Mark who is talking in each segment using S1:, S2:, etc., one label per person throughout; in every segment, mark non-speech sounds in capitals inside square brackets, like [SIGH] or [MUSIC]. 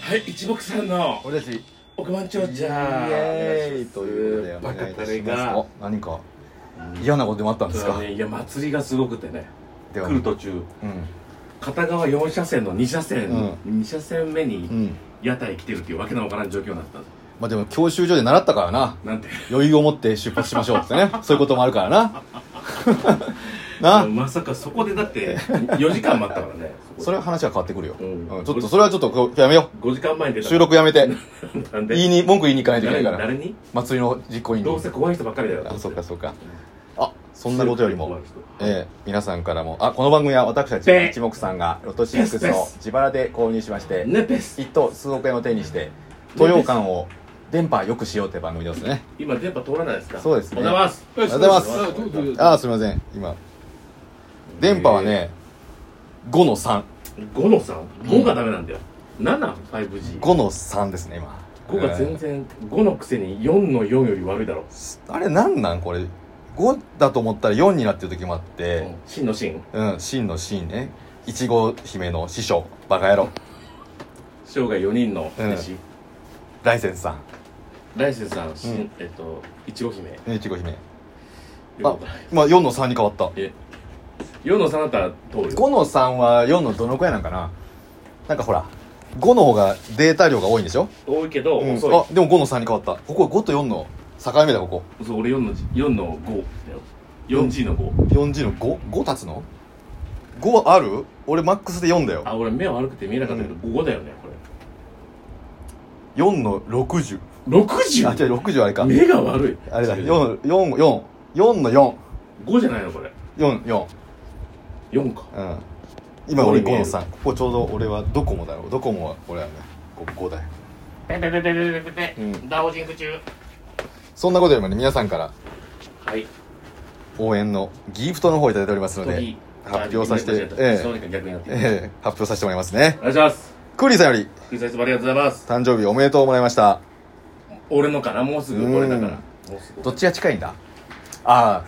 S1: はい一目散の
S2: 俺たち
S1: 億万長者
S2: イエーイということ
S1: バ
S2: でお願
S1: カ
S2: いい
S1: タ
S2: たし
S1: レ
S2: ます
S1: が
S2: お何か嫌なことでもあったんです
S1: そう
S2: か
S1: ねいや祭りがすごくてね
S2: では
S1: 来る途中
S2: うん
S1: 片側4車線の2車線、
S2: う
S1: 2車線目
S2: う
S1: に
S2: ん
S1: 屋台来てるっていうわけのわからん状況になったの
S2: まあでも教習所で習ったからな
S1: なんて
S2: 余裕を持って出発しましょうってねそういうこともあるからなな
S1: まさかそこでだって4時間待ったからね
S2: それは話が変わってくるよ、
S1: うん
S2: うんちょっとそれはちょっとやめよ
S1: 5時間前に出
S2: う
S1: た
S2: 収録やめて
S1: なんで
S2: 言いに文句言いに行かないとい
S1: 誰
S2: けない
S1: に
S2: から
S1: 誰に
S2: 祭りの実行委員
S1: どう
S2: に
S1: せ怖い人ばっかりだよ
S2: あそうかそうかあそんなことよりも
S1: 怖い人
S2: ええ、皆さんからもあこの番組は私たち
S1: で
S2: 一目さんがロト6
S1: ですで
S2: を
S1: す
S2: 自腹で購入しまして
S1: ねペス
S2: 一等数億円を手にして東洋館を電波良くしようって番組ですね
S1: 今電波通らないですか
S2: そうですね
S1: おはようございます
S3: あり
S2: がとうございますああすみません今電波はね5の35
S1: 5の3 5がダメなんだよ 75G5
S2: の3ですね今
S1: が全然5のくせに4の4より悪いだろ
S2: あれなんなんこれ5だと思ったら4になってる時もあって
S1: 真の真
S2: うん真の真ねいちご姫の師匠バカ野郎
S1: 生涯4人の弟子
S2: ライセンスさ
S1: 来世さんし
S2: うん
S1: えっといちご姫
S2: んいちご姫
S1: よ
S2: あ
S1: く
S2: 今4の3に変わった
S1: 4の3だったら通る
S2: 5の3は4のどのくらいなんかななんかほら5の方がデータ量が多いんでしょ、
S1: 多いけど
S2: うん、あ
S1: 遅い
S2: でも5の3に変わったここ5と4の境目だここ
S1: そう俺4の4の5だよ 4G の5
S2: 4G の 5?5 立つの ?5 ある俺マックスで4だよ
S1: あ俺目悪くて見えなかったけど5だよねこ
S2: 4の60
S1: れ
S2: あ
S1: 60?
S2: 違う60あれか
S1: 目が悪い
S2: あれだ
S1: 違う
S2: 4444の
S1: 5じゃないのこれ
S2: 444
S1: 4か
S2: うん今俺
S1: ここに見
S2: 5
S1: え
S2: の
S1: る
S2: 3ここちょうど俺はドコモだろドコモは俺はねここ5だよ
S1: ペペペペペペペ
S2: うん
S1: ペダオジング中
S2: そんなことよりもね皆さんから
S1: はい
S2: 応援のギフトの方いただいておりますので
S1: 時
S2: 発表させて
S1: え
S2: ええ
S1: えか逆になってる
S2: ええ発表させてもらいますね
S1: お。願いします
S2: クーリーさんより、
S1: クイズアイスもありがとうございます
S2: 誕生日おめでとうもらいました。
S1: 俺のかなもうすぐ俺だから
S2: うん
S1: もうすぐ
S2: どっちが近いんだあ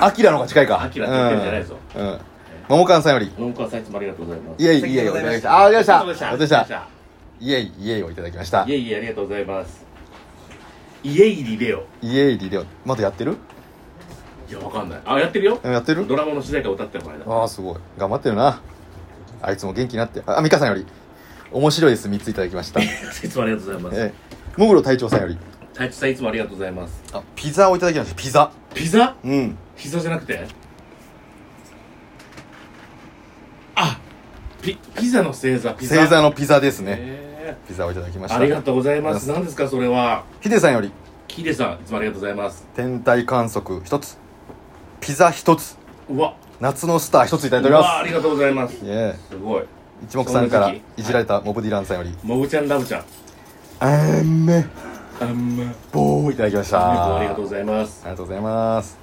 S2: あ、アキラの方が近いか。
S1: アキラって言ってるんじゃないぞ
S2: うん。うん。ももかんさんより、
S1: ノンコアさんいつもありがとうございます
S2: イエイイエイをいただきました。ああ、ありがとう
S1: お疲
S2: ご
S1: れ様で
S2: ざいました。ありが
S1: でし
S2: とうございま
S1: た
S2: した。イエイイエイをいただきました
S1: イ。エイイエイありがとうございますイエイリレオ
S2: イエイリレオ。まだやってる
S1: いやわかんないあやってるよ
S2: やってる
S1: ドラマの主題歌歌ってるこの間
S2: ああ、すごい。頑張ってるな。あいつも元気になって。あ、ミカさんより、面白いです。3ついただき
S1: [LAUGHS]
S2: ました。え
S1: いつもありがとうございます
S2: え。もぐろ隊長さんより、
S1: 太一さんいつもありがとうございます
S2: あ、ピザをいただきました。ピザ。
S1: ピザ
S2: うん。
S1: ピザじゃなくてあピピザの星座ピザ
S2: 星座のピザですね。
S1: え
S2: ピザをいただきまし
S1: ー
S2: た。
S1: ありがとうございます
S2: あ
S1: 何ですかそれは
S2: ヒデさんより、
S1: ヒデさんいつもありがとうございます
S2: 天体観測一つピザ一つ
S1: うわ
S2: 夏のスター一ついただいうており
S1: わあ
S2: ま
S1: りがとうございます
S2: すイエ
S1: すごい
S2: ーイ一目さんから
S1: そんな時
S2: いじられたモブディランさんより
S1: モブちゃんラブちゃん
S2: 「あんめ
S1: あんま
S2: ぼー」いただきました
S1: ありがとうご
S2: あ
S1: ざいます
S2: りがとうございます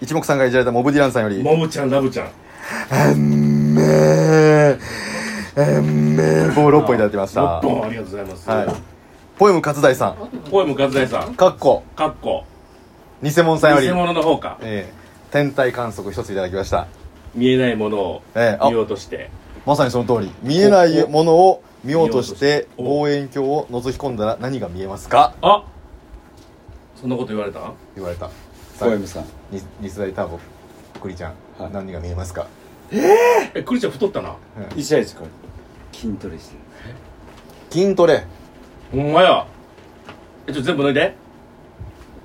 S2: 一目さんがいじられたモブディランさんより
S1: モブちゃんラブちゃん
S2: 「あんめーあんめー」棒6本いただきまし
S1: 6
S2: た
S1: 本ありがとうございます
S2: はいポエム勝大さん
S1: ポエム和大さん
S2: かっこ
S1: かっこ
S2: 偽物さんより
S1: 偽、物の方か
S2: えー、天体観測一ついただきました
S1: 見えないものを
S2: ええあ
S1: 見ようとして
S2: まさにその通り見えないものを見ようとして
S1: おお
S2: 望遠鏡を覗き込んだら何が見えますか
S1: あそんなこと言われた
S2: 言われたさあ
S3: 小山さん
S2: に日大ターボクリちゃん、
S3: はい
S2: 何が見えますか
S1: えクリちゃん太ったな
S3: 医者ですか筋トレして
S2: 筋トレ
S1: ほんまやえちょっと全部脱いで
S3: る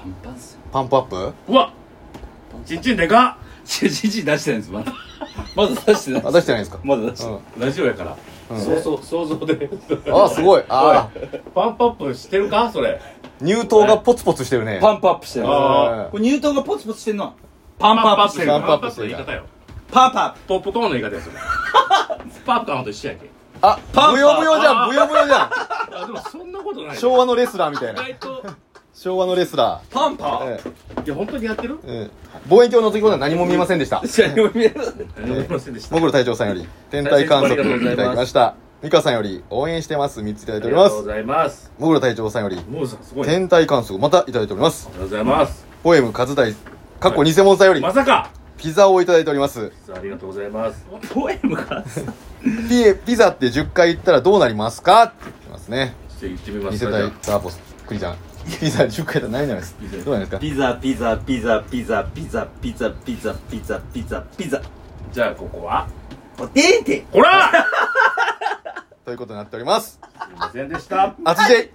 S3: パンパンっすよ
S2: パンプアップ
S1: うわちんちんでかっ
S3: いやじじい出してないんですまだ [LAUGHS] まだ出してない
S2: あ出してないんですか、
S3: まだ出してない、
S2: う
S1: ラジオやから、
S2: うん
S1: 想像想像で [LAUGHS]
S2: ん、あすごいあー
S1: パンプアップしてるかそれ
S2: 乳頭がポツポツしてるね
S3: パンプアップしてる
S1: あ
S2: あ
S3: これ乳頭がポツポツしてんのはパンプアップしてる
S1: パン
S2: パンプ
S1: プ
S2: ア
S1: ア
S2: ッ
S1: ッ
S2: プ
S1: プ
S2: し
S1: してて
S2: る
S1: る言い方よ
S3: パンプアップ
S1: ポップコーンの言い方やそれパンパンと一緒やけ
S2: あ
S3: パン
S2: ブヨブヨじゃんブヨブヨじゃん
S1: あでもそんなことない
S2: 昭和のレスラーみたい
S1: 意
S2: な
S1: 外と
S2: 昭和のレスラ
S3: パンパ
S2: ー、え
S3: ー
S2: え
S1: いや本当にやってる
S2: ええ望遠鏡を覗き込んだら何も見えませんでした
S3: 試合も見える
S1: 何も言いませんでした
S2: もぐろ隊長さんより天体観測いただきました美香さんより応援してます3ついただいておりま
S1: ありがとう
S2: す
S1: ございます
S2: もぐろ隊長さんより
S1: もうさすごいねあり
S2: 天体観測またいただいております
S1: がとうございます
S2: ポエム数大かっこ偽物さんより
S1: まさか
S2: ピザをいただいております
S1: さあありがとうございます
S3: ポエムか
S2: ピピザって10回言ったらどうなりますかって言ってますね
S1: ちょっと言ってみま
S2: 見
S1: す
S2: せ
S1: か
S2: た
S1: じゃ
S2: いターボスクリちゃんピザ10回だないんじゃないですかどうなんですか
S3: ピザピザピザピザピザピザピザピザピザピザ
S1: あじゃあここは
S3: おてんて
S1: ほら
S2: ということになっておりま
S1: す
S2: す
S1: いませんでした
S2: あつで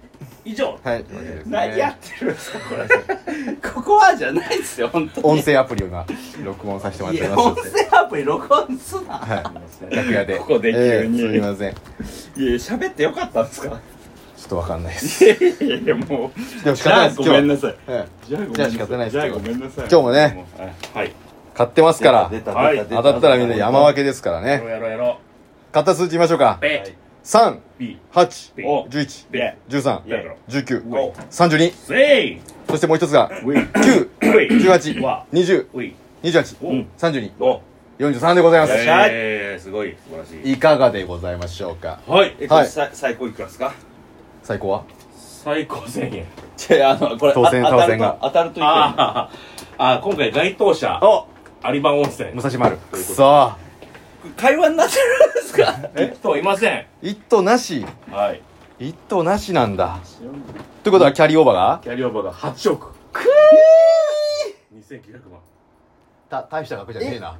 S1: 以上
S2: はいというわけでですね
S3: 何やってるんですかこれここはじゃないっすよ本当に
S2: 音声アプリを今録音させてもらっており
S3: 音
S2: ます
S3: 声アプリ録音すな
S2: はい
S1: すいません
S2: 楽屋で
S3: ここで急に
S2: ええすみませんちょ
S3: いや喋ってよかったんですか
S2: っとわかんないです
S3: いやいやいやもう
S2: でも仕方ないです
S3: じゃあごめんな
S2: 今日
S3: さい
S2: はえ
S3: じゃあごめん
S2: じゃ
S3: な
S2: あ仕方ない
S3: さ
S2: ですけ
S3: いじゃあ
S2: ど
S3: ごめんなさ
S2: 今
S3: い
S2: 日もね
S1: はい
S2: え買ってますから
S3: 出た
S1: はい
S3: 出た出
S2: 当たったらみんな山分けですから
S1: やろう
S2: ね
S1: やろうやろ
S2: 買った数字言いましょうか
S1: うペ
S2: 3
S1: ッピ
S2: 8
S1: お
S2: 11
S1: ペや
S2: 13
S1: ろ
S2: 19
S1: お
S2: 3 2
S1: せい
S2: そしてもう一つが
S1: ウィ
S2: 9
S1: ウィ
S2: 1 8
S1: わ
S2: 2 0
S1: ウィ
S2: 2 8
S1: お
S2: 3 2
S1: お
S2: 4 3でございま
S3: よっ
S2: す
S3: しゃ
S1: えーすごい素晴らしい
S2: いかがでございましょうか
S1: はい
S3: え
S2: はい
S3: さ最高いくらですか
S2: 最高は
S1: 最高1000円
S3: 違うあのこれ
S2: 当選
S3: あ
S2: 当選が
S3: 当たると当たるといくらに
S1: あーあー今回該当者
S2: お
S1: 有馬温泉
S2: 武蔵丸くそ
S3: 会話になってるんですか
S1: え人いません
S2: 一頭なし
S1: はい
S2: 一頭なしなんだということはキャリーオーバーが
S1: キャリーオーバーが8億くー2900万
S2: た大した額じゃねえな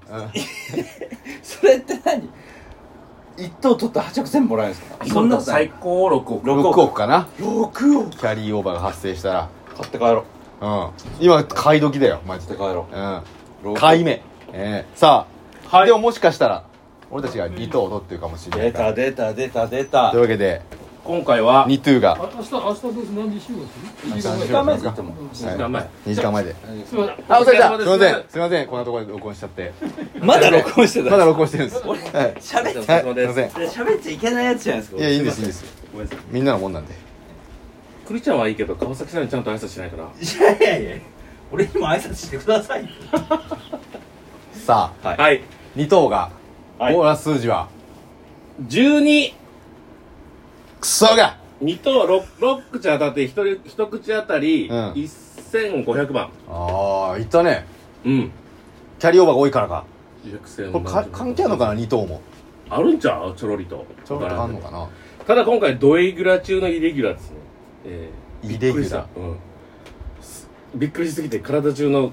S3: それって何一等取った8億全部もらえるんですかそんなことない
S1: 最高6億
S2: 6
S3: 6
S2: 億かな
S3: 6億
S2: キャリーオーバーが発生したら
S3: 買って帰ろう
S2: うん今買い時だよマジ
S3: 買って
S2: で
S3: 帰ろ
S2: う
S3: 六
S2: ん
S3: 億
S2: 買い目ええさあ
S1: はい
S2: でももしかしたら俺たちが2頭を取ってるかもし
S3: う
S2: れない
S3: 出
S2: から
S3: た出た出た出た
S2: というわけで
S1: 今回は
S2: 2頭が
S4: 明日、明日どうす何時集合
S2: 明日
S4: する
S2: 何時
S3: 時
S2: 集合
S3: 間前で行っても
S4: うん
S1: 2時間前
S2: 2時間前です
S4: いません
S2: あお疲れ様ですすすいませんすいませんこんなところで録音しちゃって
S3: まだ録音してた
S2: まだ録音してるんですはいはい
S3: 喋っちゃ
S1: は
S2: す
S1: い
S2: いません
S3: 喋っちゃいけないやつじゃないですか
S2: いやいいんですいいんです
S3: ごめんなさい
S2: みんなのもんなんで
S1: 栗ちゃんはいいけど川崎さんにちゃんと挨拶しないから
S3: いやいやいや俺にも挨拶してくださいよ
S2: さあ
S1: はい
S2: 2頭が
S3: はい
S2: ボーナス数字は
S1: 12
S2: クソが
S1: 二等 6, 6口当たって一人一口当たり
S2: うん
S1: 1500万
S2: ああいったね
S1: うん
S2: キャリーオーバーが多いからか
S1: 1000
S2: これか関係あるのかな2頭も
S1: あるんちゃうちょろりと
S2: ちょっとあんのかな
S1: ただ今回ドイギュラ中のイレギュラーですねえー
S2: イレギュラー
S1: びっくりしたうんすびっくりしすぎて体中の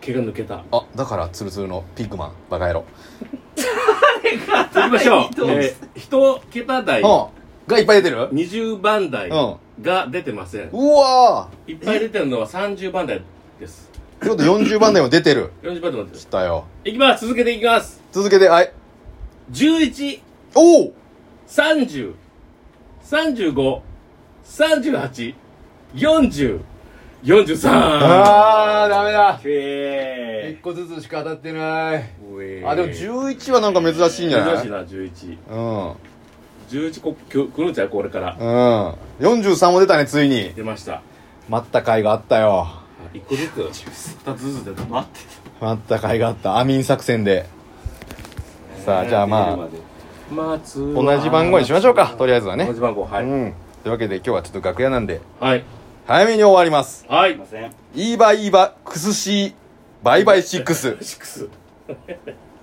S1: 毛が抜けた
S2: あだからツルツルのピッグマンバカ野郎
S1: 行きましょう
S3: いいと思う
S1: えー一桁台
S2: うんがいっぱい出てる
S1: 20番台
S2: うん
S1: が出てません
S2: うわー
S1: いっぱい出てるのは30番台です
S2: ってこと40番台も出てる
S1: 40番台までで
S2: 来
S1: す
S2: たよ
S1: いきます続けていきます
S2: 続けてはい
S1: 11
S2: おお
S1: 三十、三十五、三十八、四十、四十三。
S2: あーダメだ
S3: へ
S2: 1個ずつしか当たってないあ
S1: あ
S2: でも11はなんか珍しいんじゃない
S1: 珍しいな、十一。
S2: うん
S1: 十一こ、きょ来るんちゃうこれから。
S2: うん43も出たねついに
S1: 出ました。
S2: 待った甲斐があったよ
S1: 一個ずつ、二つずつ出た。
S3: ー待って
S2: 待った甲斐があったアミン作戦でさあじゃあまあ
S1: まあ、つ
S2: 同じ番号にしましょうかとりあえずはね
S1: 同じ番号、は
S2: う
S1: い。
S2: んというわけで今日はちょっと楽屋なんで
S1: はい。
S2: 早めに終わります
S1: は
S3: すい
S1: い
S3: ま。せん
S2: イーバイーバクスシーバイバイシックス
S1: シックス。